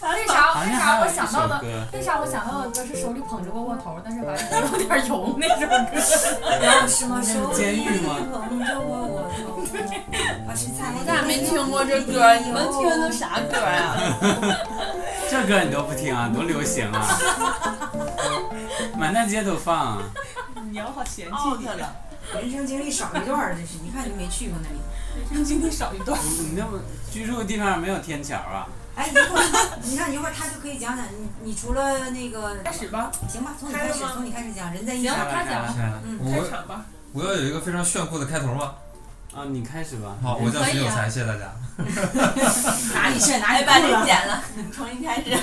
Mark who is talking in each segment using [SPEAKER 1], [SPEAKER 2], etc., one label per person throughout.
[SPEAKER 1] 好
[SPEAKER 2] 为
[SPEAKER 1] 像
[SPEAKER 2] 啥
[SPEAKER 1] 还有
[SPEAKER 2] 我
[SPEAKER 1] 一
[SPEAKER 2] 想到
[SPEAKER 1] 首
[SPEAKER 2] 的
[SPEAKER 1] 歌，
[SPEAKER 2] 为啥我想到的歌是手里捧着窝窝头，但是完全有点油那首歌？
[SPEAKER 3] 然后什么时候
[SPEAKER 1] 监狱吗？
[SPEAKER 3] 我是菜，
[SPEAKER 4] 我咋没听过这歌？你们听的都啥歌
[SPEAKER 5] 哦
[SPEAKER 4] 呀？
[SPEAKER 1] 这歌你都不听啊，多流行啊！满大街都放、啊，
[SPEAKER 5] 娘好嫌弃
[SPEAKER 3] out
[SPEAKER 5] 你，
[SPEAKER 3] 了。人生经历少一段儿，这是一看就没去过那里。
[SPEAKER 5] 人生经历少一段。
[SPEAKER 1] 你你那不居住的地方没有天桥啊？
[SPEAKER 3] 哎，一会儿你看一会儿他就可以讲讲你，你除了那个
[SPEAKER 5] 开始吧，
[SPEAKER 3] 行吧，从你开始，从你开始讲，人在异
[SPEAKER 5] 行
[SPEAKER 3] 乡。
[SPEAKER 5] 他讲
[SPEAKER 1] 开了
[SPEAKER 5] 开
[SPEAKER 6] 嗯我
[SPEAKER 5] 场吧。
[SPEAKER 6] 我要有一个非常炫酷的开头吗？
[SPEAKER 1] 啊，你开始吧。哎
[SPEAKER 6] 好，我叫
[SPEAKER 4] 可以
[SPEAKER 6] 徐有
[SPEAKER 4] 啊
[SPEAKER 6] 才，谢谢大家。
[SPEAKER 3] 哪里炫哪
[SPEAKER 4] 哎，
[SPEAKER 3] 里
[SPEAKER 4] 把
[SPEAKER 3] 酷
[SPEAKER 4] 这
[SPEAKER 3] 了。
[SPEAKER 4] 剪了，重新开始。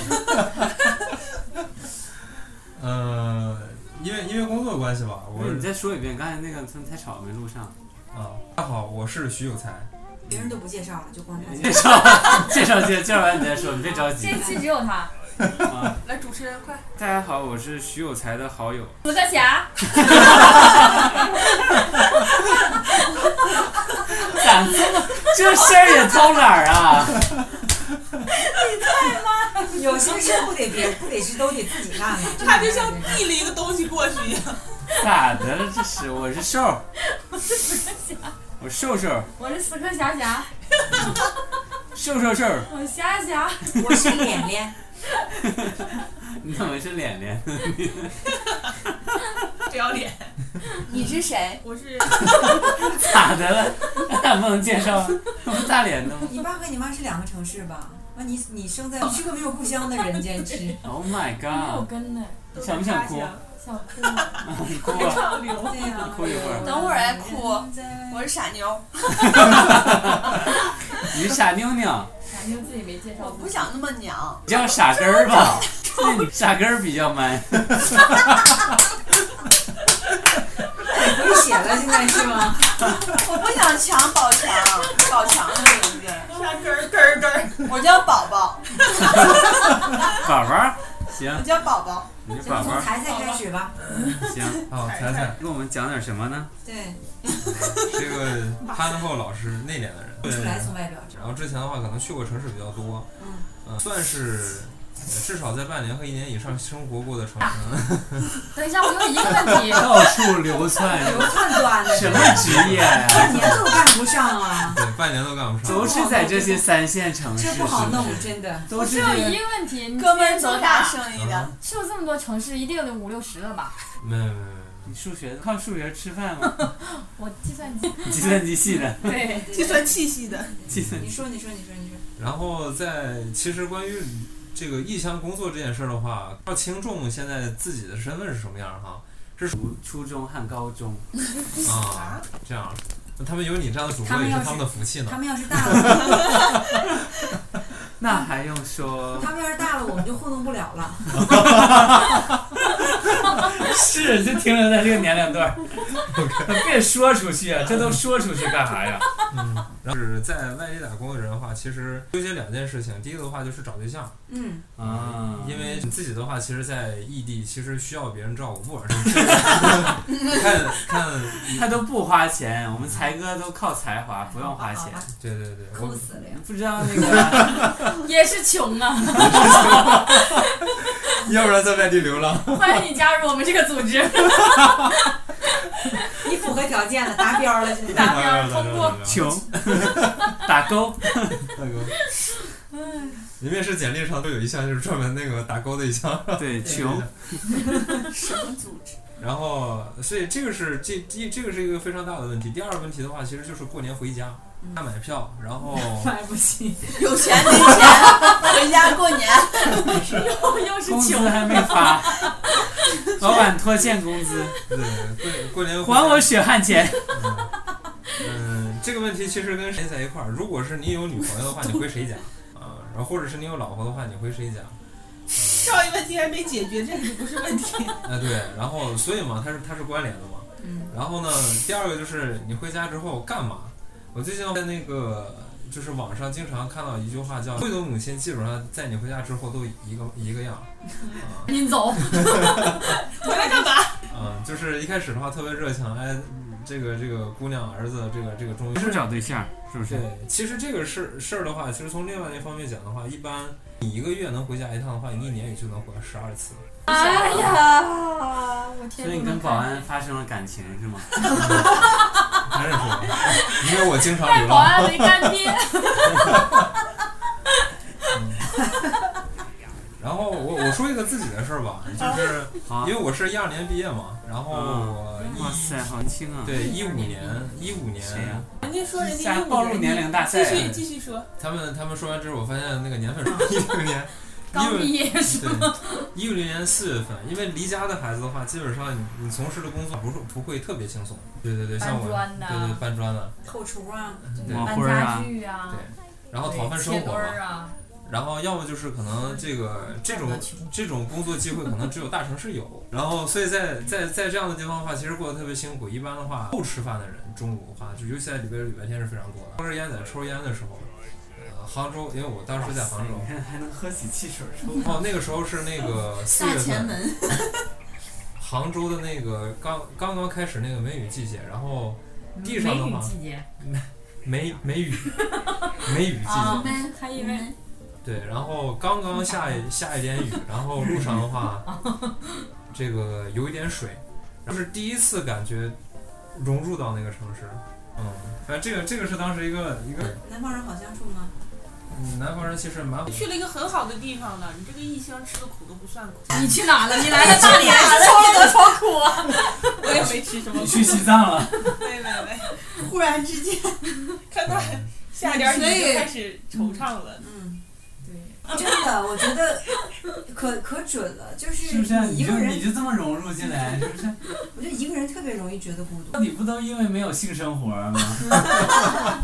[SPEAKER 6] 呃，因为因为工作关系吧，我
[SPEAKER 1] 不是嗯你再说一遍，刚才那个他们太吵没录上。
[SPEAKER 6] 啊，大家好，我是徐有才。
[SPEAKER 3] 别人都不介绍了，就光他
[SPEAKER 1] 介绍介绍介绍完你再说，你别着急
[SPEAKER 2] 这。期只有他，
[SPEAKER 1] 啊
[SPEAKER 5] 来，主持人快，
[SPEAKER 1] 大家好，我是徐有才的好友。
[SPEAKER 2] 罗大侠，
[SPEAKER 1] 咋这么这事儿也偷懒儿啊？
[SPEAKER 3] 有些事不得别不得是都得自己干了。
[SPEAKER 5] 他就像递了一个东西过去一样。
[SPEAKER 1] 咋的了？这是我是瘦儿，我是瘦瘦
[SPEAKER 2] 我是死磕侠侠，
[SPEAKER 1] 瘦瘦瘦儿，
[SPEAKER 2] 我侠侠，
[SPEAKER 3] 我是脸脸，
[SPEAKER 1] 你怎么是脸脸？
[SPEAKER 5] 不要脸，
[SPEAKER 4] 你是谁？
[SPEAKER 5] 我是
[SPEAKER 1] 咋的了？ 咋不能介绍啊？不是大脸的吗
[SPEAKER 3] 你爸和你妈是两个城市吧？那你你生在你是个没有故乡的人间吃，
[SPEAKER 1] ？Oh my
[SPEAKER 2] 没有
[SPEAKER 1] god！
[SPEAKER 2] 根呢，
[SPEAKER 5] 都
[SPEAKER 1] 想不
[SPEAKER 5] 在
[SPEAKER 1] 想
[SPEAKER 5] 家
[SPEAKER 1] 哭
[SPEAKER 5] 乡
[SPEAKER 2] 想哭。
[SPEAKER 1] 你哭啊！
[SPEAKER 5] 上流。
[SPEAKER 3] 对呀、
[SPEAKER 1] 哭一会儿
[SPEAKER 4] 等会儿再哭我
[SPEAKER 3] 我
[SPEAKER 4] 是傻妞，
[SPEAKER 1] 你是傻妞妞，
[SPEAKER 2] 感觉自己没介绍，
[SPEAKER 4] 我不。想那么娘。
[SPEAKER 1] 你叫傻根儿吧？ 那你傻根儿比较 man。
[SPEAKER 3] 回血了，现在是吗？
[SPEAKER 4] 我不想抢宝强，宝强的名字，
[SPEAKER 5] 啥根儿根儿根儿，
[SPEAKER 4] 我叫宝宝，
[SPEAKER 1] 宝宝儿，行
[SPEAKER 4] 我，叫宝宝。
[SPEAKER 1] 你是
[SPEAKER 3] 行，
[SPEAKER 1] 宝宝
[SPEAKER 3] 从
[SPEAKER 1] 儿，
[SPEAKER 3] 台菜开始吧。
[SPEAKER 1] 行，
[SPEAKER 6] 啊，
[SPEAKER 5] 才
[SPEAKER 6] 才 才
[SPEAKER 1] 给我们讲点什么呢？
[SPEAKER 3] 对，
[SPEAKER 6] 这个憨厚老实内敛的人。
[SPEAKER 3] 不出来从外表。
[SPEAKER 6] 然后之前的话，可能去过城市比较多，
[SPEAKER 3] 嗯
[SPEAKER 6] 呃，算是呃至少在半年和一年以上生活过的城市。嗯
[SPEAKER 2] 等一下，我有一个问题，
[SPEAKER 1] 到处流窜，
[SPEAKER 3] 流窜端的，
[SPEAKER 1] 什么职业呀、
[SPEAKER 3] 半年都干不上啊，
[SPEAKER 6] 对，半年都干不
[SPEAKER 1] 都
[SPEAKER 6] 上。啊
[SPEAKER 1] 是在这些三线城市，
[SPEAKER 3] 这不好弄，真 的。
[SPEAKER 1] 都
[SPEAKER 2] 只
[SPEAKER 1] 是
[SPEAKER 2] 有
[SPEAKER 1] 这
[SPEAKER 2] 一
[SPEAKER 1] 个
[SPEAKER 2] 个问题，你
[SPEAKER 4] 哥们儿
[SPEAKER 2] 多
[SPEAKER 4] 做大
[SPEAKER 2] 大？
[SPEAKER 4] 生意的，
[SPEAKER 2] 去过这么多城市，一定有五六十了吧？
[SPEAKER 6] 没有没有没有没
[SPEAKER 1] 你数学靠数学吃饭吗？
[SPEAKER 2] 我计算机，
[SPEAKER 1] 你计算机系的，
[SPEAKER 2] 对，
[SPEAKER 5] 计算器系的。
[SPEAKER 1] 计算
[SPEAKER 3] 你说，你说，你说，你说，
[SPEAKER 6] 有。然后在其实关于这个异乡工作这件事儿的话，要轻重现在自己的身份是什么样儿哈
[SPEAKER 1] 读初中和高中，
[SPEAKER 6] 啊，这样。那他们有你这样的主
[SPEAKER 3] 他
[SPEAKER 6] 播
[SPEAKER 3] 们
[SPEAKER 6] 也
[SPEAKER 3] 要
[SPEAKER 6] 是
[SPEAKER 3] 是
[SPEAKER 6] 他们的福气呢
[SPEAKER 3] 他。们要是大 了，
[SPEAKER 1] 那还用说？
[SPEAKER 3] 他们要是大了，我们就糊弄不了了。
[SPEAKER 1] 是就停留在这个年龄段 儿，别说出去 啊！这都说出去干啥呀？
[SPEAKER 6] 嗯，然后是在外地打工的人的话，其实纠结两件事情。第一个的话就是找对象，
[SPEAKER 3] 嗯，
[SPEAKER 1] 啊，
[SPEAKER 6] 因为你自己的话，其实，在异地其实需要别人照顾，不管是看看，
[SPEAKER 1] 他都不花钱，我们才哥都靠才华，不用花钱
[SPEAKER 3] 好吧。
[SPEAKER 6] 对对对，
[SPEAKER 3] 抠
[SPEAKER 6] 我
[SPEAKER 3] 死了呀！
[SPEAKER 1] 不知道那个
[SPEAKER 2] 也是穷啊。
[SPEAKER 6] 要不然在外地流浪。
[SPEAKER 2] 欢迎你加入我们这个组织，
[SPEAKER 3] 你符合条件了，达标了， 现在。
[SPEAKER 2] 达标
[SPEAKER 6] 啊
[SPEAKER 2] 通过。
[SPEAKER 1] 穷， 打勾。
[SPEAKER 6] 大哥，你面试简历上都有一项就是专门那个打勾的一项，
[SPEAKER 1] 对，穷。
[SPEAKER 4] 什么组织？
[SPEAKER 6] 然后，所以这个是这这这个是一个非常大的问题。第二个问题的话，其实就是过年回家，
[SPEAKER 1] 嗯
[SPEAKER 6] 他买票，然 后
[SPEAKER 3] 买不起，
[SPEAKER 4] 有钱没钱，回家过年。
[SPEAKER 2] 又是
[SPEAKER 1] 工资
[SPEAKER 2] 穷。
[SPEAKER 1] 还没发，老板拖欠工资，
[SPEAKER 6] 对对过过年回家
[SPEAKER 1] 还我血汗 钱。
[SPEAKER 6] 嗯，这个问题其实跟谁在一块儿？如果是你有女朋友的话，你回 谁家？啊，然后或者是你有老婆的话，你回谁家？
[SPEAKER 5] 上一问题还没解决，这个就不是问 题。
[SPEAKER 6] 啊，对，然后所以嘛，它是它是关联的嘛。
[SPEAKER 3] 嗯。
[SPEAKER 6] 然后呢，第二个就是你回家之后干嘛？我最近在那个就是网上经常看到一句话叫“贵族母亲”，基本上在你回家之后都一个一个样儿。啊
[SPEAKER 2] 你走，
[SPEAKER 5] 回来干嘛？
[SPEAKER 6] 啊，就是一开始的话特别热情，哎，嗯这个这个姑娘儿子这个这个中
[SPEAKER 1] 不是找对象，是不是
[SPEAKER 6] 对？，其实这个事事儿的话，其实从另外一方面讲的话，一般你一个月能回家一趟的话，你一年也就能回十二次。
[SPEAKER 3] 哎呀，我天！
[SPEAKER 2] 天
[SPEAKER 1] 所以你跟保安发生了感情是 吗？
[SPEAKER 6] 还是说，因 为我经常
[SPEAKER 2] 拜
[SPEAKER 6] 流
[SPEAKER 2] 保
[SPEAKER 6] 浪。
[SPEAKER 2] 安为干爹，
[SPEAKER 6] 然后我我说一个自己的事儿吧，就是
[SPEAKER 1] 好
[SPEAKER 6] 因为我是一二年毕业嘛，然后我一、
[SPEAKER 1] 嗯哇塞，好年轻啊！
[SPEAKER 6] 对一五年一五年
[SPEAKER 1] 谁呀
[SPEAKER 4] 人家说人
[SPEAKER 1] 一
[SPEAKER 4] 家
[SPEAKER 1] 下
[SPEAKER 4] 一五
[SPEAKER 1] 暴露年龄大赛
[SPEAKER 4] 继续继续说，
[SPEAKER 6] 他们他们说完之后，我发现那个年份是一零年，
[SPEAKER 2] 刚毕
[SPEAKER 6] 因为
[SPEAKER 2] 业是吗？
[SPEAKER 6] 对一六年四月份，因为离家的孩子的话，基本上你你从事的工作不是不会特别轻松。对对对，像
[SPEAKER 2] 搬
[SPEAKER 6] 我
[SPEAKER 2] 砖啊呐
[SPEAKER 6] 对对搬砖的，
[SPEAKER 7] 后厨啊，
[SPEAKER 6] 对
[SPEAKER 1] 往
[SPEAKER 2] 搬
[SPEAKER 1] 灰儿啊
[SPEAKER 2] 家具啊，
[SPEAKER 6] 然后讨饭生
[SPEAKER 2] 切墩
[SPEAKER 6] 活嘛
[SPEAKER 2] 儿，啊，嗯
[SPEAKER 6] 然后要么就是可能这个这种这种工作机会可能只有大城市 有，然后所以在在在这样的地方的话，其实过得特别辛苦。一般的话，不吃饭的人中午的话，就尤其在礼拜六礼拜天是非常多的。抽着烟在抽着烟的时候，呃，杭州，因为我当时在杭州
[SPEAKER 1] 你，看还能喝起汽水儿，抽
[SPEAKER 6] 哦，那个时候是那个四月
[SPEAKER 7] 大
[SPEAKER 6] 份，
[SPEAKER 7] 前门，
[SPEAKER 6] 杭州的那个刚刚刚开始那个梅雨季节，然后地上
[SPEAKER 2] 梅
[SPEAKER 6] 的
[SPEAKER 2] 雨
[SPEAKER 6] 话
[SPEAKER 2] 季节，
[SPEAKER 6] 梅梅雨梅雨季节。
[SPEAKER 2] 啊
[SPEAKER 7] 门
[SPEAKER 2] 还以为
[SPEAKER 6] 嗯对，然后刚刚下一下一点雨，然后路上的话，这个有一点水，就是第一次感觉融入到那个城市。嗯，反正这个这个是当时一个一个
[SPEAKER 7] 南方人好相处吗？
[SPEAKER 6] 嗯南方人其实蛮
[SPEAKER 4] 你去了一个很好的地方了，你这个异乡吃的苦都不算 苦，
[SPEAKER 2] 你去哪了？你来了大理，
[SPEAKER 6] 啊
[SPEAKER 4] 我也没吃什么
[SPEAKER 1] 你
[SPEAKER 4] 苦。
[SPEAKER 1] 去西藏了，
[SPEAKER 4] 没没没，
[SPEAKER 7] 忽然之间，
[SPEAKER 4] 看他
[SPEAKER 1] 嗯
[SPEAKER 4] 下点雨
[SPEAKER 7] 所以
[SPEAKER 4] 就开始惆怅了。
[SPEAKER 7] 嗯，
[SPEAKER 2] 对，
[SPEAKER 7] 真的，我觉得可可准了，就是是
[SPEAKER 1] 不是啊？
[SPEAKER 7] 你一
[SPEAKER 1] 你
[SPEAKER 7] 个
[SPEAKER 1] 就你
[SPEAKER 7] 人，
[SPEAKER 1] 就这么融入进来，是不是？
[SPEAKER 7] 我觉得一个人特别容易觉得孤独。
[SPEAKER 1] 到底不都因为没有性生活吗？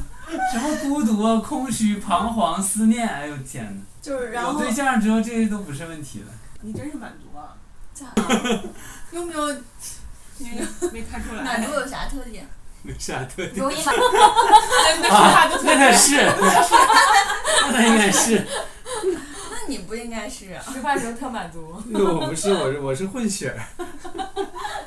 [SPEAKER 1] 什么孤独啊、空虚、彷徨、思念，哎呦天哪！
[SPEAKER 3] 就是然
[SPEAKER 1] 有
[SPEAKER 3] 后
[SPEAKER 1] 对象之后，这些都不是问题了。
[SPEAKER 4] 你真是满足啊！
[SPEAKER 3] 咋有没有
[SPEAKER 4] 嗯没看出来，
[SPEAKER 3] 满足有啥特点？
[SPEAKER 1] 没啥特点
[SPEAKER 3] 容 易满
[SPEAKER 6] 啊
[SPEAKER 4] 那说话都特
[SPEAKER 1] 那他
[SPEAKER 4] 别
[SPEAKER 1] 是，那他应该是。
[SPEAKER 3] 那你不应该是啊？
[SPEAKER 2] 吃饭时候特满足，
[SPEAKER 1] 我不是，我是我是混血儿，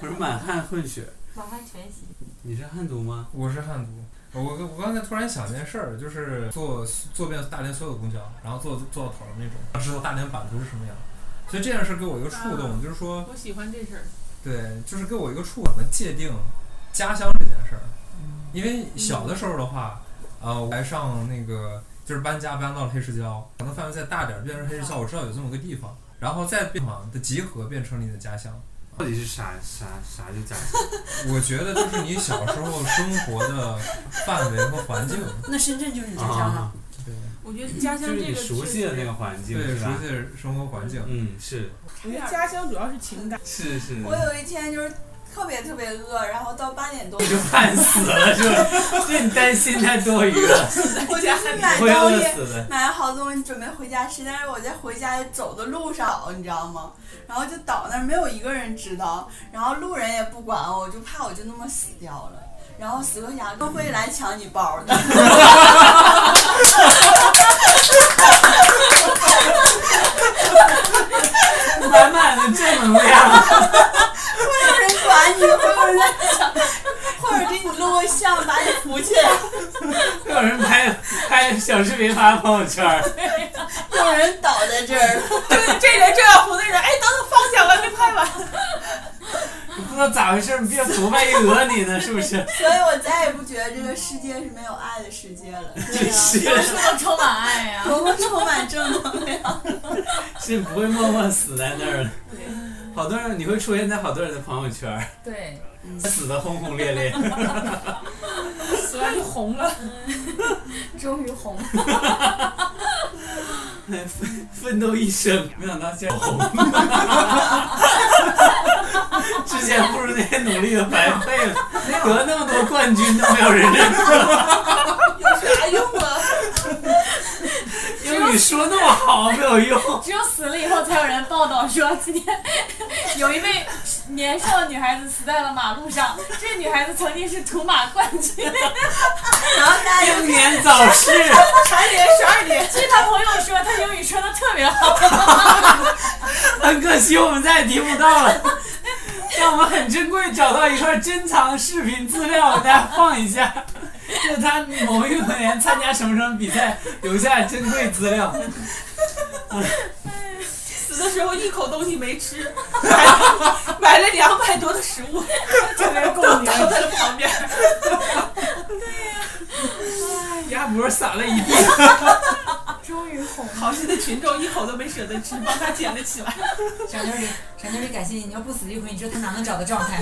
[SPEAKER 1] 我是满汉混血儿。
[SPEAKER 2] 满汉全 席。
[SPEAKER 1] 你是汉族吗？
[SPEAKER 6] 我是汉族。呃我我刚才突然想一件事儿，就是坐坐遍大连所有公交，然后坐坐到头儿那种，知道大连版图是什么样。所以这件事给我一个触动，就是说，
[SPEAKER 4] 我喜欢这事儿。
[SPEAKER 6] 对，就是给我一个触怎么界定家乡这件事儿。因为小的时候的话，呃，我还上那个就是搬家搬到了黑石礁，可能范围再大点儿变成黑石礁，我知道有这么个地方，然后再变成的集合变成你的家乡。
[SPEAKER 1] 到底是啥啥啥就假
[SPEAKER 6] 我觉得就是你小时候生活的范围和环境，
[SPEAKER 7] 那深圳就是你家乡了，
[SPEAKER 1] 啊？
[SPEAKER 6] 对
[SPEAKER 4] 我觉得家
[SPEAKER 1] 就
[SPEAKER 4] 乡
[SPEAKER 1] 是
[SPEAKER 4] 这
[SPEAKER 1] 你
[SPEAKER 4] 个
[SPEAKER 1] 熟悉的那个环境，
[SPEAKER 6] 对，
[SPEAKER 1] 是
[SPEAKER 6] 熟
[SPEAKER 1] 吧？
[SPEAKER 6] 悉的生活环境。
[SPEAKER 1] 嗯，是
[SPEAKER 4] 我觉得家乡主要是情感。
[SPEAKER 1] 是是。
[SPEAKER 3] 我有一天就是特别特别饿，然后到八点多
[SPEAKER 1] 你，就盼死了是吧？这你担心太多余了，
[SPEAKER 3] 我就是买
[SPEAKER 1] 不会
[SPEAKER 3] 东
[SPEAKER 1] 饿
[SPEAKER 3] 西，
[SPEAKER 1] 死的。
[SPEAKER 3] 买了好多东西准备回家吃，但是我在回家走的路上， 你知道吗？然后就倒那儿，没有一个人知道，然后路人也不管我，我就怕我就那么死掉了。然后死磕侠都会来抢你包的，
[SPEAKER 1] 满满的正能量，
[SPEAKER 3] 会有人管你，会有人来抢，或者给你录个像把你扶起来，
[SPEAKER 1] 会有人拍拍小视频发朋友圈儿，
[SPEAKER 3] 有人倒在这儿了。
[SPEAKER 4] 对， 这人正要扶的人，哎，等等，放下，我还没拍完。
[SPEAKER 1] 你不知道咋回事，你别扶，万一讹你呢，是不是？
[SPEAKER 3] 所以我再也不觉得这个世界是没有爱的世界了，
[SPEAKER 1] 真是，
[SPEAKER 2] 我充满爱啊呀、
[SPEAKER 3] 多么充满正能量。
[SPEAKER 1] 是不会默默死在那儿的。好多人你会出现在好多人的朋友圈儿，
[SPEAKER 2] 对，
[SPEAKER 1] 死的轰轰烈 烈。
[SPEAKER 4] 死完就红了。
[SPEAKER 2] 终于红了。
[SPEAKER 1] 奋奋斗一生，没想到现在红。 之前不如那些努力的白费了，得那么多冠军都没有人认可。
[SPEAKER 4] 啥
[SPEAKER 6] 哎
[SPEAKER 4] 用啊？
[SPEAKER 1] 英语说那么好没有用，
[SPEAKER 2] 只有死了以后，才有人报道说今天有一位年少女孩子死在了马路上。这女孩子曾经是土马冠军。
[SPEAKER 3] 然后大家
[SPEAKER 1] 英年早逝。
[SPEAKER 4] 十点十二点，
[SPEAKER 2] 据她朋友说，她英语说的特别好。
[SPEAKER 1] 很可惜我们再也听不到了。让我们很珍贵找到一块珍藏视频资料，给大家放一下。这是他某运动员参加什么什么比赛留下珍贵资料。
[SPEAKER 4] 死的时候一口东西没吃，买买了两百多的食物，
[SPEAKER 1] 特别共
[SPEAKER 4] 都
[SPEAKER 1] 鸣，
[SPEAKER 4] 倒在了旁边。
[SPEAKER 1] 鸭脖撒了一地。
[SPEAKER 2] 终于红了。
[SPEAKER 4] 好心的群众一口都没舍得吃，帮他捡了起来。
[SPEAKER 7] 傻妞儿得傻妞儿得感谢你，你要不死一回，你说他哪能找到状态？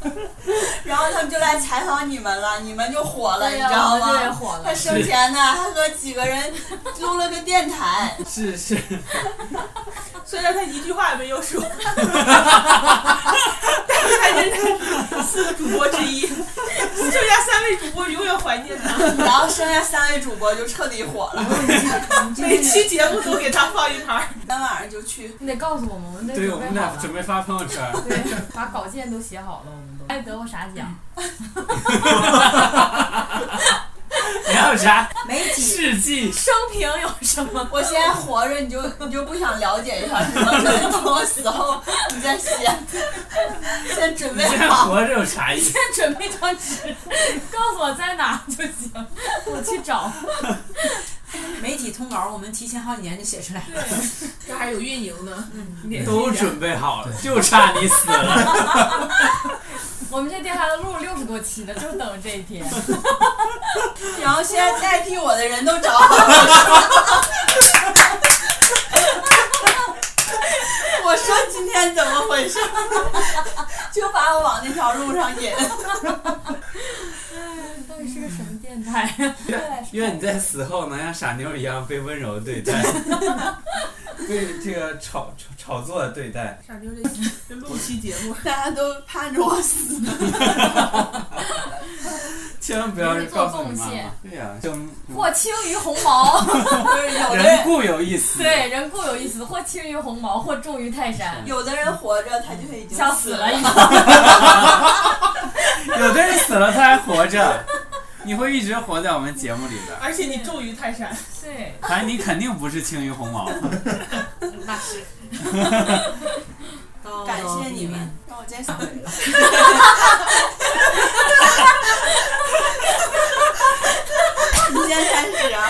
[SPEAKER 3] 然后他们就来采访你们了，你们就火了，
[SPEAKER 2] 对
[SPEAKER 3] 你
[SPEAKER 2] 呀
[SPEAKER 3] 知道
[SPEAKER 2] 我们就也
[SPEAKER 3] 吗？
[SPEAKER 2] 火了
[SPEAKER 3] 他生前呢，他和几个人录了个电台，
[SPEAKER 1] 是是，
[SPEAKER 4] 虽然他一句话也没有说， 但是他真是四个主播之一，剩下三位主播永远怀念他。
[SPEAKER 3] 然后剩下三位主播就彻底火了。
[SPEAKER 4] 每期节目都给他放一盘儿。
[SPEAKER 3] 今天晚上就去，
[SPEAKER 2] 你得告诉我们，我们得
[SPEAKER 1] 对我
[SPEAKER 2] 准备
[SPEAKER 1] 们
[SPEAKER 2] 好
[SPEAKER 1] 俩
[SPEAKER 2] 了。
[SPEAKER 1] 准备发朋友圈。
[SPEAKER 2] 对，把稿件都写好了，我们都。哎，得过啥奖？
[SPEAKER 1] 你还有啥
[SPEAKER 7] 媒体
[SPEAKER 1] 事迹？
[SPEAKER 2] 生平有什么？
[SPEAKER 3] 我现在活着，你就你就不想了解一下是吗？就等我死后你 再写，先准
[SPEAKER 1] 你
[SPEAKER 3] 备
[SPEAKER 1] 现在
[SPEAKER 3] 好。
[SPEAKER 1] 活着有啥意义？
[SPEAKER 2] 先准备张纸，告诉我在哪就行，我去找。
[SPEAKER 7] 媒体通稿，我们提前好几年就写出来了。
[SPEAKER 4] 这还有运营呢，嗯
[SPEAKER 1] 都准备好了，就差你死了。
[SPEAKER 2] 我们这电台都录了六十多期了，就等这一天。
[SPEAKER 3] 然后现在 代替我的 人都找好了。我说今天怎么回事，就把我往那条路上引。
[SPEAKER 2] 到底是个什么电台 呀？
[SPEAKER 1] 愿你在死后能像傻妞一样被温柔对 待，被这个炒炒炒作对待。
[SPEAKER 4] 傻妞这这录期节目，
[SPEAKER 3] 大家都盼着我死。
[SPEAKER 1] 千万不要
[SPEAKER 2] 你是做
[SPEAKER 1] 告诉你妈
[SPEAKER 2] 贡
[SPEAKER 1] 妈
[SPEAKER 2] 献。
[SPEAKER 1] 对呀、就
[SPEAKER 2] 或轻于鸿毛，
[SPEAKER 3] 就是有的
[SPEAKER 1] 人
[SPEAKER 3] 人，
[SPEAKER 1] 固有一死。
[SPEAKER 2] 对，人固有一死，或轻于鸿毛，或重于泰山。
[SPEAKER 3] 有的人活着他就已经
[SPEAKER 2] 像
[SPEAKER 3] 死
[SPEAKER 2] 死了一样，
[SPEAKER 1] 有的人死了他还活着，你会一直活在我们节目里的。
[SPEAKER 4] 而且你重于泰山，
[SPEAKER 2] 对，
[SPEAKER 1] 反正你肯定不是青于鸿毛。
[SPEAKER 4] 那是
[SPEAKER 3] 感谢你们，让我见小鬼了。 你先开始啊！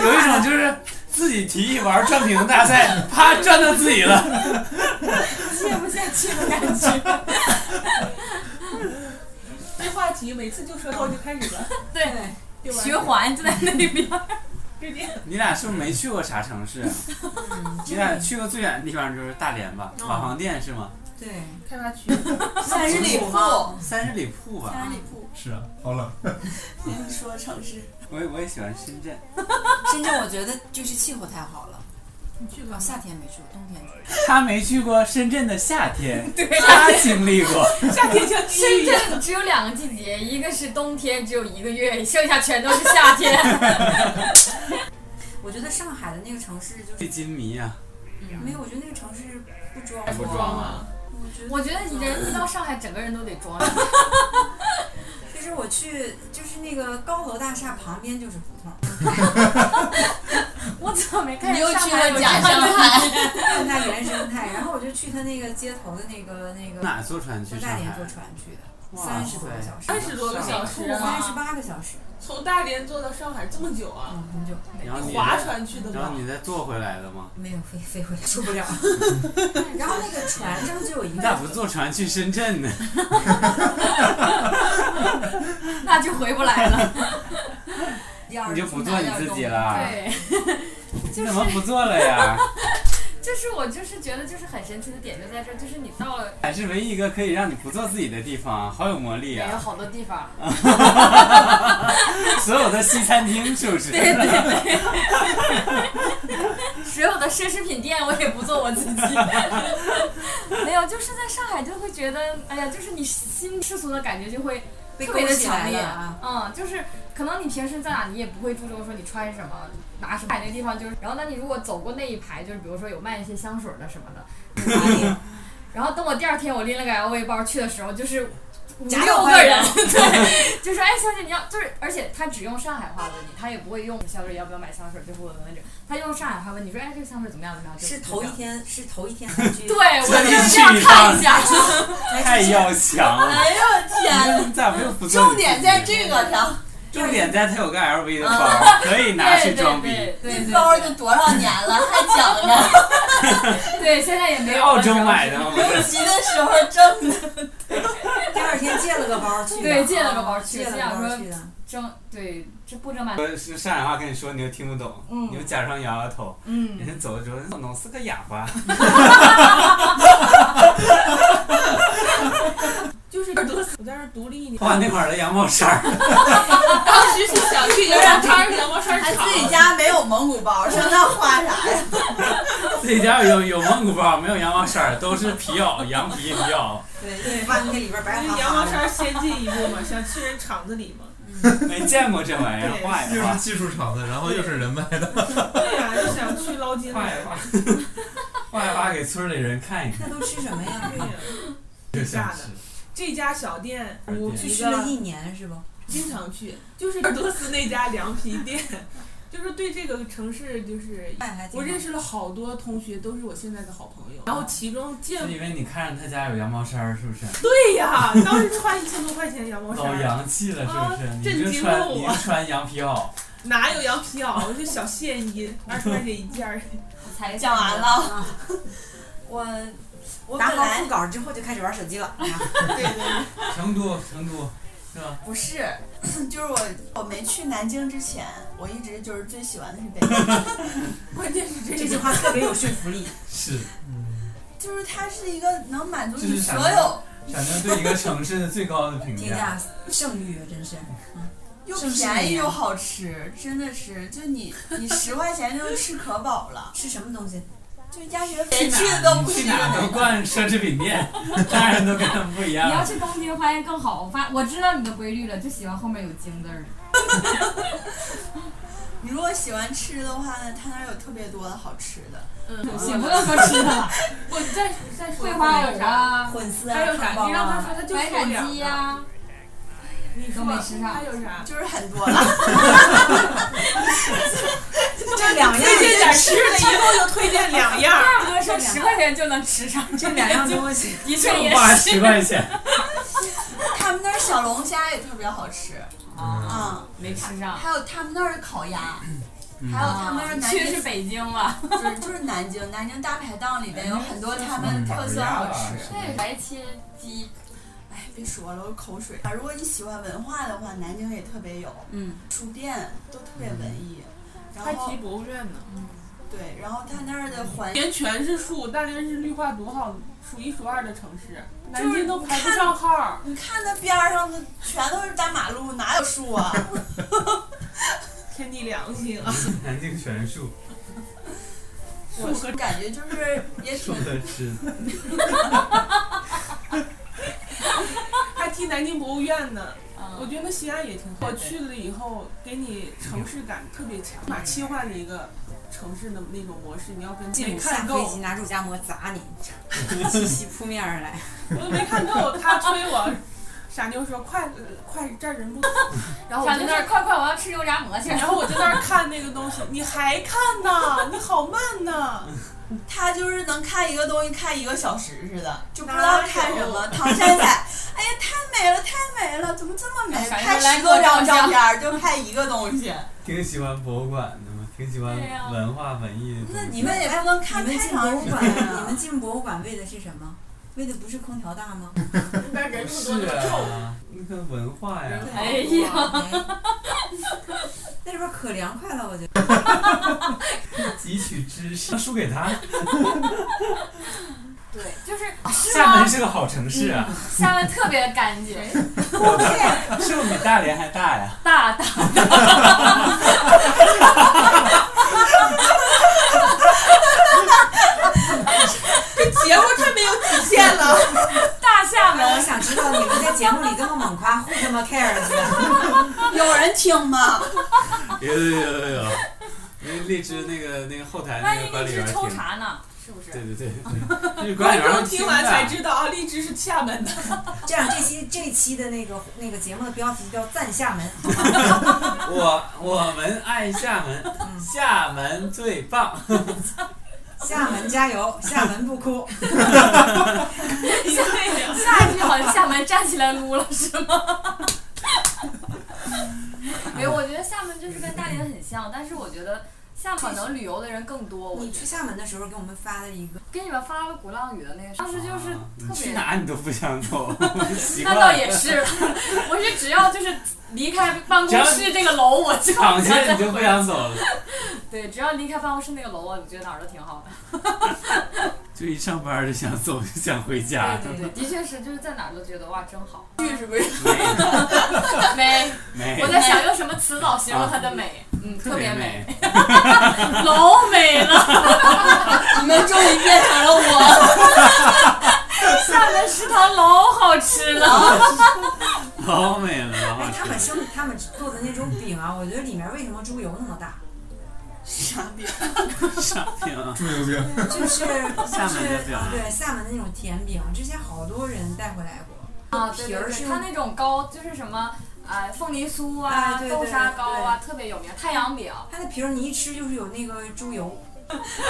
[SPEAKER 1] 有一种就是自己提议玩转屏大赛，啪转到自己了。
[SPEAKER 2] 接不下去的感觉。
[SPEAKER 4] 这话题每次就说到就开始了，
[SPEAKER 2] 对，
[SPEAKER 4] 对吧？
[SPEAKER 2] 循环就在那边。
[SPEAKER 4] 就这样，
[SPEAKER 1] 你俩是不是没去过啥城市啊？
[SPEAKER 7] 嗯，
[SPEAKER 1] 你俩去过最远的地方就是大连吧？
[SPEAKER 7] 哦
[SPEAKER 1] 瓦房店是吗？
[SPEAKER 7] 对，
[SPEAKER 4] 开发区，
[SPEAKER 3] 三十里铺，
[SPEAKER 1] 三十里铺吧？
[SPEAKER 3] 三十里铺，
[SPEAKER 6] 是啊，好冷。
[SPEAKER 3] 您说城市？
[SPEAKER 1] 我也我也喜欢深圳，
[SPEAKER 7] 深圳我觉得就是气候太好了。
[SPEAKER 4] 你去吧
[SPEAKER 7] 啊，。夏天没去，冬天去。
[SPEAKER 1] 他没去过深圳的夏天，他经历过。
[SPEAKER 4] 夏天像地
[SPEAKER 2] 深
[SPEAKER 4] 狱一样，
[SPEAKER 2] 圳只有两个季节，一个是冬天，只有一个月，剩下全都是夏 天。
[SPEAKER 7] 我觉得上海的那个城市就是
[SPEAKER 1] 最金迷啊，
[SPEAKER 7] 没有，我觉得那个城市不装，
[SPEAKER 1] 不装啊！
[SPEAKER 2] 我觉得人一到上海，整个人都得装。
[SPEAKER 7] 嗯就是我去，就是那个高楼大厦旁边就是胡同，
[SPEAKER 2] 我怎么没看
[SPEAKER 3] 你
[SPEAKER 2] 见
[SPEAKER 3] 又
[SPEAKER 2] 上
[SPEAKER 3] 去
[SPEAKER 2] 海
[SPEAKER 3] 了
[SPEAKER 2] 有这
[SPEAKER 3] 假
[SPEAKER 2] 样的
[SPEAKER 3] 上海，
[SPEAKER 7] 看它原生态。然后我就去它那个街头的那个那个，
[SPEAKER 1] 哪坐船去
[SPEAKER 7] 从
[SPEAKER 1] 上
[SPEAKER 7] 大连
[SPEAKER 1] 海
[SPEAKER 7] 坐？船去的，
[SPEAKER 1] 哇
[SPEAKER 7] 三十多个小时，
[SPEAKER 4] 三十多个小时啊，
[SPEAKER 7] 三十八个小时，
[SPEAKER 4] 从大连坐到上海这么久啊，
[SPEAKER 7] 嗯，很久，
[SPEAKER 1] 然后你
[SPEAKER 4] 划船去的
[SPEAKER 1] 然后
[SPEAKER 4] 吗？
[SPEAKER 1] 你再坐回来的吗？
[SPEAKER 7] 没有飞飞回来，受不了。然后那个船上就有一
[SPEAKER 1] 你咋
[SPEAKER 7] 个，
[SPEAKER 1] 不坐船去深圳呢？
[SPEAKER 2] 那就回不来了。
[SPEAKER 1] 你就不做你自己了？
[SPEAKER 2] 对，
[SPEAKER 1] 你啊怎么不做了呀？
[SPEAKER 2] 就是我就是觉得就是很神奇的点就在这儿，就是你到了
[SPEAKER 1] 还是唯一一个可以让你不做自己的地方，好有魔力
[SPEAKER 2] 也有
[SPEAKER 1] 啊！
[SPEAKER 2] 好多地方，
[SPEAKER 1] 所有的西餐厅是不是？
[SPEAKER 2] 对对 对，所有的奢侈品店我也不做我自 己。没有，就是在上海就会觉得，哎呀，就是你新世俗的感觉就会
[SPEAKER 7] 被
[SPEAKER 2] 特别
[SPEAKER 7] 勾
[SPEAKER 2] 的
[SPEAKER 7] 起
[SPEAKER 2] 强
[SPEAKER 7] 来
[SPEAKER 2] 烈
[SPEAKER 7] 了啊！
[SPEAKER 2] 嗯，就是可能你平时在哪，你也不会注重说你穿什么、拿什么。海那地方就是，然后那你如果走过那一排，就是比如说有卖一些香水的什么的，
[SPEAKER 7] 哪里？
[SPEAKER 2] 然后等我第二天我拎了个 LV 包去的时候，就是五
[SPEAKER 7] 夹
[SPEAKER 2] 六
[SPEAKER 7] 到
[SPEAKER 2] 个
[SPEAKER 7] 外
[SPEAKER 2] 人，
[SPEAKER 7] 头
[SPEAKER 2] 对，就说哎，小姐你要就是，而且他只用上海话问你，他也不会用香水要不要买香水，最后我闻闻这，他用上海话问你说哎这个香水怎么样怎么样，就是就
[SPEAKER 7] 头
[SPEAKER 2] 这
[SPEAKER 7] 一
[SPEAKER 2] 样
[SPEAKER 7] 天是头一天 才去，
[SPEAKER 2] 对，我
[SPEAKER 1] 所以
[SPEAKER 2] 就是
[SPEAKER 1] 去
[SPEAKER 2] 这样
[SPEAKER 1] 一
[SPEAKER 2] 看
[SPEAKER 1] 趟
[SPEAKER 2] 一下，
[SPEAKER 1] 太要强了。
[SPEAKER 3] 哎呦我天！
[SPEAKER 1] 咋没有服装？
[SPEAKER 3] 重点在这个上，
[SPEAKER 1] 重点在它有个 LV 的包，可以拿去装逼。
[SPEAKER 2] 对对对对
[SPEAKER 3] 那
[SPEAKER 2] 对
[SPEAKER 3] 包就多少年了，还讲呢，
[SPEAKER 2] 对，现在也没
[SPEAKER 1] 在
[SPEAKER 2] 有
[SPEAKER 1] 澳洲买的，我
[SPEAKER 3] 留级的时候挣的。
[SPEAKER 7] 第二天借了个包去的，啊
[SPEAKER 2] 对借了个包去
[SPEAKER 7] 借了
[SPEAKER 2] 心想
[SPEAKER 7] 个包
[SPEAKER 2] 说
[SPEAKER 7] 去的。
[SPEAKER 2] 正对这不正版，
[SPEAKER 1] 我是上海话跟你说，你又听不懂，
[SPEAKER 4] 嗯
[SPEAKER 1] 你又假装摇摇头，人
[SPEAKER 2] 嗯，
[SPEAKER 1] 家走的时候，弄是个哑巴。
[SPEAKER 4] 嗯就是我在那儿独立一年，
[SPEAKER 1] 哇，那会儿的羊毛衫儿，
[SPEAKER 4] 当时是想去羊毛衫儿，羊毛衫儿
[SPEAKER 3] 还
[SPEAKER 4] 厂
[SPEAKER 3] 自己家没有蒙古包，上那花啥呀？
[SPEAKER 1] 自己家有有蒙古包，没有羊毛衫儿，都是皮袄，羊皮皮袄，
[SPEAKER 7] 对，对，万那里边白花
[SPEAKER 4] 那羊毛衫儿先进一步嘛，想去人厂子里嘛。
[SPEAKER 1] 没见过这玩意儿，
[SPEAKER 4] 对
[SPEAKER 1] 画
[SPEAKER 7] 哎
[SPEAKER 1] 一
[SPEAKER 6] 又
[SPEAKER 1] 画
[SPEAKER 6] 是，技术厂子，然后又是人脉 的，
[SPEAKER 4] 对呀、就想去捞金
[SPEAKER 1] 画
[SPEAKER 4] 来
[SPEAKER 1] 一
[SPEAKER 4] 嘛。
[SPEAKER 1] 画， 画一画给村儿里人看一看，
[SPEAKER 7] 那都吃什么呀
[SPEAKER 4] 对？呀、
[SPEAKER 1] 就想吃。
[SPEAKER 4] 这家小店，我
[SPEAKER 7] 就
[SPEAKER 4] 一
[SPEAKER 7] 吃了
[SPEAKER 4] 个
[SPEAKER 7] 一年是吧？
[SPEAKER 4] 经常去，就是多斯那家凉皮店，就是对这个城市就是。
[SPEAKER 7] 哎还挺
[SPEAKER 4] 我
[SPEAKER 7] 好
[SPEAKER 4] 认识了好多同学，都是我现在的好朋友。然后其中见
[SPEAKER 1] 是因为你看着他家有羊毛衫儿，是不 是？
[SPEAKER 4] 对呀，当时穿一千多块钱羊毛
[SPEAKER 1] 老
[SPEAKER 4] 衫，
[SPEAKER 1] 洋气了，是不是？
[SPEAKER 4] 啊
[SPEAKER 1] 你
[SPEAKER 4] 震
[SPEAKER 1] 就
[SPEAKER 4] 惊
[SPEAKER 1] 穿
[SPEAKER 4] 了
[SPEAKER 1] 你
[SPEAKER 4] 我
[SPEAKER 1] 就穿羊皮袄，
[SPEAKER 4] 哪有羊皮袄？我就小线衣，二十块钱一件儿。
[SPEAKER 2] 才
[SPEAKER 3] 讲完，了，
[SPEAKER 7] 我
[SPEAKER 3] 我
[SPEAKER 7] 打
[SPEAKER 3] 本
[SPEAKER 7] 好
[SPEAKER 3] 来
[SPEAKER 7] 腹稿之后就开始玩手机 了。
[SPEAKER 3] 对对对，
[SPEAKER 1] 成都成都是吧？
[SPEAKER 3] 不是，就是我我没去南京之前，我一直就是最喜欢的是北京，
[SPEAKER 4] 关键是
[SPEAKER 7] 这
[SPEAKER 4] 这
[SPEAKER 7] 句
[SPEAKER 4] 个
[SPEAKER 7] 话特别有说服力。
[SPEAKER 1] 是。
[SPEAKER 3] 就是它是一个能满足
[SPEAKER 1] 这
[SPEAKER 3] 你
[SPEAKER 1] 是啥
[SPEAKER 3] 所有
[SPEAKER 1] 闪亮对一个城市的最高的评
[SPEAKER 7] 评
[SPEAKER 1] 价，
[SPEAKER 7] 价圣域啊，真是。
[SPEAKER 3] 又
[SPEAKER 7] 是不是
[SPEAKER 3] 便
[SPEAKER 7] 那
[SPEAKER 3] 宜
[SPEAKER 7] 样
[SPEAKER 3] 又好吃，真的是，就你你十块钱就能吃可饱了，
[SPEAKER 7] 吃什么东西？
[SPEAKER 3] 就压学
[SPEAKER 1] 去
[SPEAKER 3] 费
[SPEAKER 1] 哪
[SPEAKER 3] 去的都不
[SPEAKER 1] 去
[SPEAKER 3] 是
[SPEAKER 1] 哪都逛奢侈品店，大人都跟他们不一
[SPEAKER 2] 你要
[SPEAKER 1] 样。
[SPEAKER 2] 去东京发现更好。我发我知道你的规律了，就喜欢后面有京字儿。
[SPEAKER 3] 你如果喜欢吃的话呢，它那儿有特别多的好吃的，
[SPEAKER 4] 嗯，
[SPEAKER 2] 行，不能说吃的了，
[SPEAKER 4] 我再再说
[SPEAKER 2] 桂花
[SPEAKER 4] 有
[SPEAKER 2] 藕
[SPEAKER 4] 啥？
[SPEAKER 2] 啊，
[SPEAKER 7] 混丝
[SPEAKER 4] 还
[SPEAKER 7] 啊，
[SPEAKER 4] 有啥
[SPEAKER 7] 汉堡
[SPEAKER 4] 你让嗯他
[SPEAKER 7] 啊
[SPEAKER 4] 说，他就
[SPEAKER 2] 白
[SPEAKER 4] 说
[SPEAKER 2] 斩
[SPEAKER 4] 两
[SPEAKER 2] 鸡
[SPEAKER 4] 个
[SPEAKER 2] 呀，
[SPEAKER 4] 你
[SPEAKER 2] 都
[SPEAKER 4] 说
[SPEAKER 2] 没吃上
[SPEAKER 4] 还有啥？
[SPEAKER 3] 就是很多 了。
[SPEAKER 7] 这两样
[SPEAKER 4] 推荐点吃 的，一共就推荐两样。
[SPEAKER 2] 大哥说十块钱就能吃上，
[SPEAKER 7] 这两样东西，
[SPEAKER 2] 的确
[SPEAKER 1] 就
[SPEAKER 2] 也
[SPEAKER 1] 花
[SPEAKER 2] 是。
[SPEAKER 1] 十块钱，
[SPEAKER 3] 他们那儿小龙虾也特别好吃，嗯，
[SPEAKER 2] 啊没吃上， 啊
[SPEAKER 3] 还有他们那儿的烤鸭，还有他们那儿
[SPEAKER 4] 啊
[SPEAKER 3] 南
[SPEAKER 2] 去的是
[SPEAKER 3] 京，
[SPEAKER 2] 北京了，
[SPEAKER 3] 就是就是南京，南京大排档里边有很多他们特色好吃。
[SPEAKER 2] 对，白切鸡，
[SPEAKER 3] 哎，别说了，我口水。啊，如果你喜欢文化的话，南京也特别有，
[SPEAKER 2] 嗯，
[SPEAKER 3] 书店都特别文艺。
[SPEAKER 4] 嗯还
[SPEAKER 3] 然后
[SPEAKER 4] 提博物院呢，
[SPEAKER 3] 对，然后他那儿的环
[SPEAKER 4] 连全是树，大连是绿化多好，数一数二的城市，南京都排不上号。
[SPEAKER 3] 你看那边儿上的全都是大马路，哪有树 啊？
[SPEAKER 4] 天地良心啊，
[SPEAKER 1] 南京全 树，
[SPEAKER 4] 树
[SPEAKER 3] 我
[SPEAKER 4] 和
[SPEAKER 3] 感觉就是也挺
[SPEAKER 1] 树和吃。
[SPEAKER 4] 还提南京博物院呢。我
[SPEAKER 2] 嗯，
[SPEAKER 4] 觉得西安也挺好。我去了以后，给你城市感特别强，马切换了一个城市的那种模式，你要跟
[SPEAKER 7] 进
[SPEAKER 4] 没
[SPEAKER 7] 入下
[SPEAKER 4] 看
[SPEAKER 7] 飞
[SPEAKER 4] 够
[SPEAKER 7] 机，拿住夹馍砸你， 气息扑面而来。
[SPEAKER 4] 我都没看够，他催我。傻妞说：“快，呃快，这儿人不多。”然后我
[SPEAKER 2] 小
[SPEAKER 4] 在
[SPEAKER 2] 牛
[SPEAKER 4] 那儿
[SPEAKER 2] 说快快，我要吃油炸馍去。
[SPEAKER 7] 哎
[SPEAKER 4] 然后我就在那儿看那个东西，你还看呢？ 你好慢呢！
[SPEAKER 3] 他就是能看一个东西看一个小时似的，就不知道看什么。唐山彩，哎呀，太美了，太美了，怎么这么美？
[SPEAKER 2] 反
[SPEAKER 3] 拍
[SPEAKER 2] 正来
[SPEAKER 3] 十
[SPEAKER 2] 给我
[SPEAKER 3] 多张
[SPEAKER 2] 照
[SPEAKER 3] 照
[SPEAKER 2] 相
[SPEAKER 3] 片儿就拍一个东西，
[SPEAKER 1] 挺喜欢博物馆的嘛，挺喜欢
[SPEAKER 2] 对呀
[SPEAKER 1] 文化文艺的
[SPEAKER 3] 那
[SPEAKER 1] 东
[SPEAKER 3] 你
[SPEAKER 1] 西。
[SPEAKER 3] 们也不能
[SPEAKER 7] 你
[SPEAKER 3] 看
[SPEAKER 7] 们
[SPEAKER 3] 太
[SPEAKER 7] 进博
[SPEAKER 3] 长
[SPEAKER 7] 物
[SPEAKER 3] 时
[SPEAKER 7] 馆，
[SPEAKER 3] 间
[SPEAKER 7] 你们
[SPEAKER 3] 啊。
[SPEAKER 7] 进博物馆为的是什么？为的不是空调大吗？
[SPEAKER 4] 那边人
[SPEAKER 1] 不
[SPEAKER 4] 那么多，
[SPEAKER 1] 是
[SPEAKER 4] 那么重。
[SPEAKER 1] 啊，那个文化呀，
[SPEAKER 2] 哎呀，
[SPEAKER 7] 哎那里边可凉快了，我觉得。
[SPEAKER 1] 汲取知识，输给他。
[SPEAKER 2] 对，就是是
[SPEAKER 1] 啊厦
[SPEAKER 2] 吗
[SPEAKER 1] 门？是个好城市啊，
[SPEAKER 2] 厦门特别干净，
[SPEAKER 1] 是不是比大连还大呀？
[SPEAKER 2] 大大。
[SPEAKER 4] 这节目太没有底线了。
[SPEAKER 2] 大厦
[SPEAKER 7] 哎，我
[SPEAKER 2] 门，
[SPEAKER 7] 想知道你们在节目里这么猛夸，who 他妈 cares？
[SPEAKER 3] 有人听吗？
[SPEAKER 1] 有有有有有，那荔枝那个那个后台
[SPEAKER 2] 万
[SPEAKER 1] 那
[SPEAKER 2] 一
[SPEAKER 1] 个管
[SPEAKER 2] 荔
[SPEAKER 1] 理
[SPEAKER 2] 枝
[SPEAKER 1] 员
[SPEAKER 2] 抽
[SPEAKER 1] 挺
[SPEAKER 2] 查呢？是不是？
[SPEAKER 1] 对对对对，就是
[SPEAKER 4] 观
[SPEAKER 1] 管理员
[SPEAKER 4] 众
[SPEAKER 1] 会
[SPEAKER 4] 听完才
[SPEAKER 1] 的
[SPEAKER 4] 知道啊，荔枝是厦门的。
[SPEAKER 7] 这样，这期这期的那个那个节目的标题叫“赞厦门
[SPEAKER 1] 我我们爱厦门，”，
[SPEAKER 7] 嗯，
[SPEAKER 1] 厦门最棒。
[SPEAKER 7] 厦门加油，厦门不哭。
[SPEAKER 2] 下一句好像厦门站起来撸了是吗？ 没有，我觉得厦门就是跟大连很像，但是我觉得厦门可能旅游的人更多。我
[SPEAKER 7] 你去厦门的时候给我们发了一个，
[SPEAKER 2] 给你们发了鼓浪屿的那个，当时就是
[SPEAKER 1] 啊你
[SPEAKER 2] 特
[SPEAKER 1] 去
[SPEAKER 2] 别。
[SPEAKER 1] 哪你都不想 走，习
[SPEAKER 2] 那
[SPEAKER 1] 惯
[SPEAKER 2] 倒
[SPEAKER 1] 了
[SPEAKER 2] 也是，我是只要就是离开办公室这个楼，我就
[SPEAKER 1] 躺下你就不想走了。
[SPEAKER 2] 对，只要离开办公室那个楼，我觉得哪儿都挺好的。
[SPEAKER 1] 就一上班就想走，就想回家。
[SPEAKER 2] 对对对，的确是，就是在哪儿都觉得哇，真好。
[SPEAKER 3] 剧是不是？
[SPEAKER 2] 美，
[SPEAKER 1] 没
[SPEAKER 2] 我在想用什么词藻形容它的美，
[SPEAKER 1] 啊
[SPEAKER 2] 嗯，特别美，
[SPEAKER 1] 美，
[SPEAKER 2] 楼美了。
[SPEAKER 3] 你们终于变成了我，
[SPEAKER 2] 厦门食堂老好吃了，
[SPEAKER 1] 老美了，老
[SPEAKER 7] 哎，他
[SPEAKER 1] 好
[SPEAKER 7] 们
[SPEAKER 1] 吃。
[SPEAKER 7] 生他们做的那种饼啊，我觉得里面为什么猪油那么大？
[SPEAKER 3] 傻逼！
[SPEAKER 1] 上天啊！
[SPEAKER 8] 猪油饼，
[SPEAKER 7] 就是就
[SPEAKER 1] 厦门的
[SPEAKER 7] 是
[SPEAKER 1] 饼
[SPEAKER 7] 啊，对，厦门的那种甜饼，之前好多人带回来过。
[SPEAKER 2] 啊，对
[SPEAKER 7] 皮
[SPEAKER 2] 对
[SPEAKER 7] 儿是
[SPEAKER 2] 对，它那种糕就是什么，呃，凤梨酥啊
[SPEAKER 7] 哎，对对
[SPEAKER 2] 豆沙糕啊，特别有名。太阳饼，
[SPEAKER 7] 它那皮儿你一吃就是有那个猪油。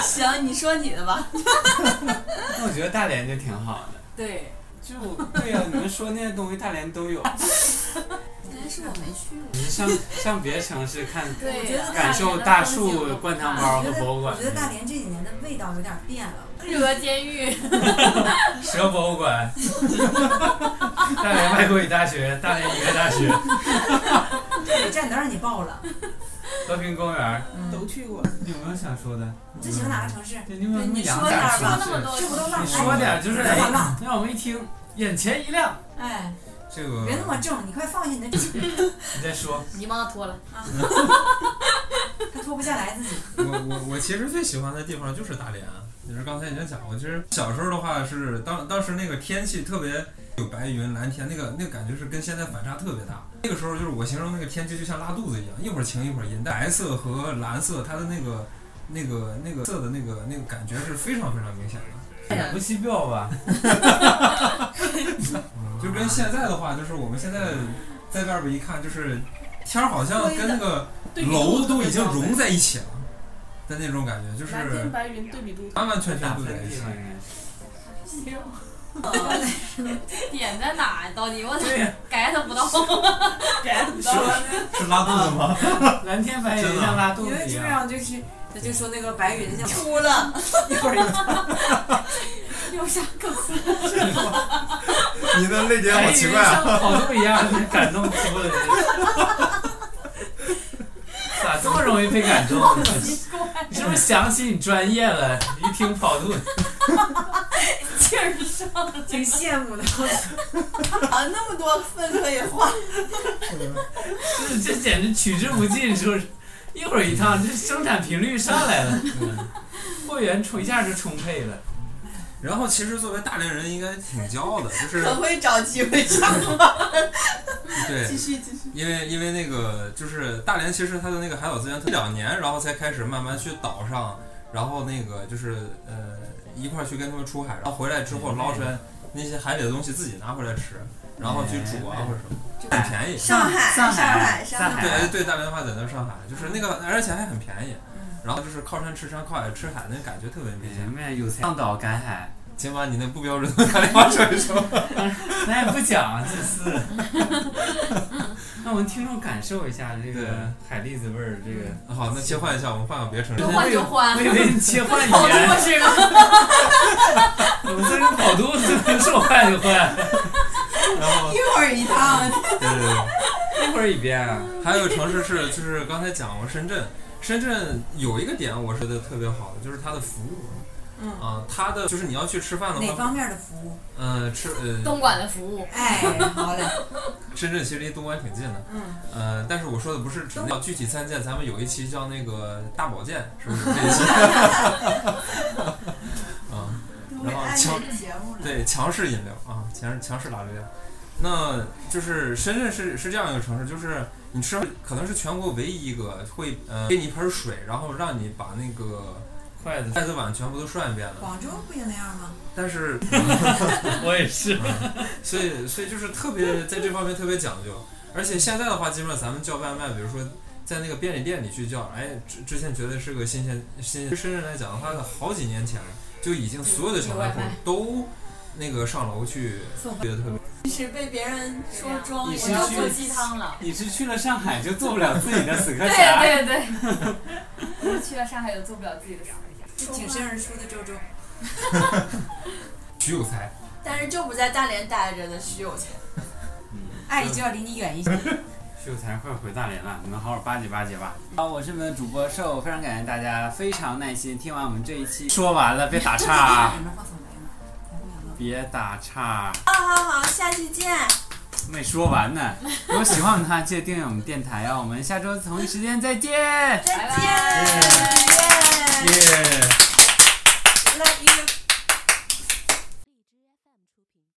[SPEAKER 3] 行，你说你的吧。
[SPEAKER 1] 那我觉得大连就挺好的。
[SPEAKER 2] 对，
[SPEAKER 1] 就对呀、你们说那些东西大连都 有。
[SPEAKER 3] 但是我没去过。
[SPEAKER 1] 你上上别的城市看，
[SPEAKER 2] 对
[SPEAKER 7] 我觉得
[SPEAKER 1] 感受大树、灌汤 包
[SPEAKER 7] 我
[SPEAKER 1] 和
[SPEAKER 7] 觉得
[SPEAKER 1] 博物
[SPEAKER 7] 我
[SPEAKER 1] 馆
[SPEAKER 7] 觉，得大连这几年的味道有点变了。
[SPEAKER 2] 鹅监狱，
[SPEAKER 1] 蛇博物馆，大连外国语大学、大连医科大学、
[SPEAKER 7] 这个站都让你报 了，
[SPEAKER 1] 和平公园。
[SPEAKER 4] 都去过，
[SPEAKER 1] 你有没有想说的？
[SPEAKER 7] 最喜欢哪个城市？
[SPEAKER 1] 对，你有没有
[SPEAKER 3] 对你
[SPEAKER 1] 两
[SPEAKER 3] 说点
[SPEAKER 1] 点
[SPEAKER 3] 儿
[SPEAKER 1] 城
[SPEAKER 3] 吧
[SPEAKER 2] 那么
[SPEAKER 1] 市？
[SPEAKER 2] 多
[SPEAKER 7] 这不都浪
[SPEAKER 1] 你
[SPEAKER 7] 漫
[SPEAKER 1] 说
[SPEAKER 7] 吗？
[SPEAKER 1] 点嗯就是，
[SPEAKER 7] 哎完
[SPEAKER 1] 哎
[SPEAKER 7] 了，
[SPEAKER 1] 让我们一听眼前一亮。
[SPEAKER 7] 哎，
[SPEAKER 6] 这个
[SPEAKER 7] 别那么正，你快放下你的纸，
[SPEAKER 1] 你再说，
[SPEAKER 2] 你帮他脱了，
[SPEAKER 7] 他脱不下来 自己。
[SPEAKER 6] 我我我其实最喜欢的地方就是大连，也是刚才已经讲过。其实小时候的话是当当时那个天气特别有白云蓝天，那个那个感觉是跟现在反差特别大。那个时候就是我形容那个天气就像拉肚子一样，一会儿晴一会儿阴，但白色和蓝色它的那个那个那个色的那个那个感觉是非常非常明显的。
[SPEAKER 4] 哎
[SPEAKER 1] 不西标吧？
[SPEAKER 6] 就跟现在的话，就是我们现在在外边一看，就是天儿好像跟那个
[SPEAKER 4] 对比度
[SPEAKER 6] 楼都已经
[SPEAKER 4] 特别高
[SPEAKER 6] 融在一起了的那种感觉，就是
[SPEAKER 4] 蓝天白云对比度
[SPEAKER 6] 完完全全
[SPEAKER 1] 打
[SPEAKER 6] 都
[SPEAKER 1] 喷
[SPEAKER 6] 在一起
[SPEAKER 1] 嚏。了，
[SPEAKER 2] 点在哪儿？到底我
[SPEAKER 1] 对呀，
[SPEAKER 2] get 不到。
[SPEAKER 4] get 不到。
[SPEAKER 1] 说
[SPEAKER 8] 是拉肚子吗？
[SPEAKER 1] 蓝天白云
[SPEAKER 6] 真的
[SPEAKER 1] 像拉肚
[SPEAKER 7] 因为
[SPEAKER 1] 子一
[SPEAKER 7] 这
[SPEAKER 1] 样。
[SPEAKER 7] 样就是，他就说那个白云像
[SPEAKER 3] 哭了，
[SPEAKER 1] 一会儿
[SPEAKER 2] 有啥可撕？
[SPEAKER 8] 你的泪点好
[SPEAKER 1] 白
[SPEAKER 8] 奇
[SPEAKER 1] 云
[SPEAKER 8] 怪
[SPEAKER 4] 哎
[SPEAKER 8] 啊！
[SPEAKER 1] 哎像跑步一样，感动哭了。咋这么容易被感动呢？你是不是想起你专业了？一听跑肚，
[SPEAKER 2] 劲儿上了，
[SPEAKER 7] 挺羡慕的。
[SPEAKER 3] 啊，那么多粪可以换，
[SPEAKER 1] 这 这简直取之不尽，是不是？一会儿一趟，这生产频率上来了， 货源充一下就充沛了。
[SPEAKER 6] 然后其实作为大连人应该挺骄傲的，就是
[SPEAKER 3] 可会找机会上。
[SPEAKER 6] 对
[SPEAKER 3] 继，续继续。
[SPEAKER 6] 因为因为那个就是大连，其实它的那个海岛资源，它两年然后才开始慢慢去岛上，然后那个就是呃一块儿去跟他们出海，然后回来之后捞出来那些海里的东西自己拿回来吃，然后去煮啊或者什么，很便宜。
[SPEAKER 3] 上海，
[SPEAKER 1] 上
[SPEAKER 3] 海，上
[SPEAKER 1] 上海
[SPEAKER 6] 对
[SPEAKER 7] 啊
[SPEAKER 6] 对，大连的话在那上海，就是那
[SPEAKER 7] 嗯
[SPEAKER 6] 个而且还很便宜。然后就是靠山吃山，靠海吃海，那个感觉特别明
[SPEAKER 1] 前
[SPEAKER 6] 显。
[SPEAKER 1] 面有才上岛赶海，
[SPEAKER 6] 请把你那不标准的打电话说一说。
[SPEAKER 1] 那也不讲，啊这 是。让我们听众感受一下这个海蛎子味儿，这个
[SPEAKER 6] 好，那切换一下，我们换个别城市。
[SPEAKER 2] 换嗯就换。
[SPEAKER 1] 我以为你切换语
[SPEAKER 2] 跑
[SPEAKER 1] 言
[SPEAKER 2] 肚，是吗？
[SPEAKER 1] 我们这是跑肚子， 说换就换，
[SPEAKER 6] 然后
[SPEAKER 3] 一会儿一趟，
[SPEAKER 6] 对对对。
[SPEAKER 1] 一会儿一遍啊。
[SPEAKER 6] 还有城市是就是刚才讲过深圳，深圳有一个点我觉得特别好的，就是它的服务。
[SPEAKER 4] 嗯
[SPEAKER 6] 啊、它的就是你要去吃饭的
[SPEAKER 7] 哪
[SPEAKER 6] 话，
[SPEAKER 7] 方面的服务？
[SPEAKER 6] 嗯、吃呃，
[SPEAKER 2] 东莞的服务，
[SPEAKER 7] 哎，好嘞，
[SPEAKER 6] 深圳其实离东莞挺近的，
[SPEAKER 4] 嗯，
[SPEAKER 6] 呃，但是我说的不是指那具体参见，咱们有一期叫那个大保健，是不 是这一期？啊、
[SPEAKER 3] 我给安排这节目了。
[SPEAKER 6] 对，强势引流啊，强强势拉流量。那就是深圳是是这样一个城市，就是你吃可能是全国唯一一个会呃给你一盆水，然后让你把那个筷子、筷子碗全部都涮一遍了。
[SPEAKER 7] 广州不也那样吗？
[SPEAKER 6] 但是，
[SPEAKER 9] 我也是，
[SPEAKER 6] 所以所以就是特别在这方面特别讲究。而且现在的话，基本上咱们叫外卖，比如说在那个便利店里去叫，哎，之之前觉得是个新鲜新鲜。深圳来讲的话，好几年前就已经所有的小卖部都那个上楼去，
[SPEAKER 7] 送
[SPEAKER 6] 觉得特别。
[SPEAKER 3] 即使被别人说装，
[SPEAKER 9] 你
[SPEAKER 3] 我
[SPEAKER 9] 是
[SPEAKER 3] 就
[SPEAKER 9] 去
[SPEAKER 3] 不
[SPEAKER 2] 做鸡汤了。
[SPEAKER 9] 你是去了上海就做不了自己的 死磕侠，
[SPEAKER 2] 对对对， 我是去了上海就做不了自己的事情。
[SPEAKER 7] 就挺深人出的周周，
[SPEAKER 6] 徐有才，
[SPEAKER 3] 但是就不在大连待着的徐有才，
[SPEAKER 7] 爱就要离你远一些。
[SPEAKER 1] 秀才快回大连了，你们好好巴结巴结吧。好，我是你们的主播瘦，非常感谢大家非常耐心听完我们这一期。说完了，别打岔，啊
[SPEAKER 7] 你们放松点儿太无聊了
[SPEAKER 1] 别打岔，
[SPEAKER 3] 好好好，下期见。
[SPEAKER 1] 没说完呢。如果喜欢我们的话，记得订阅我们电台哦。我们下周同一时间再见。
[SPEAKER 2] 拜拜。
[SPEAKER 6] 耶、
[SPEAKER 3] Love you.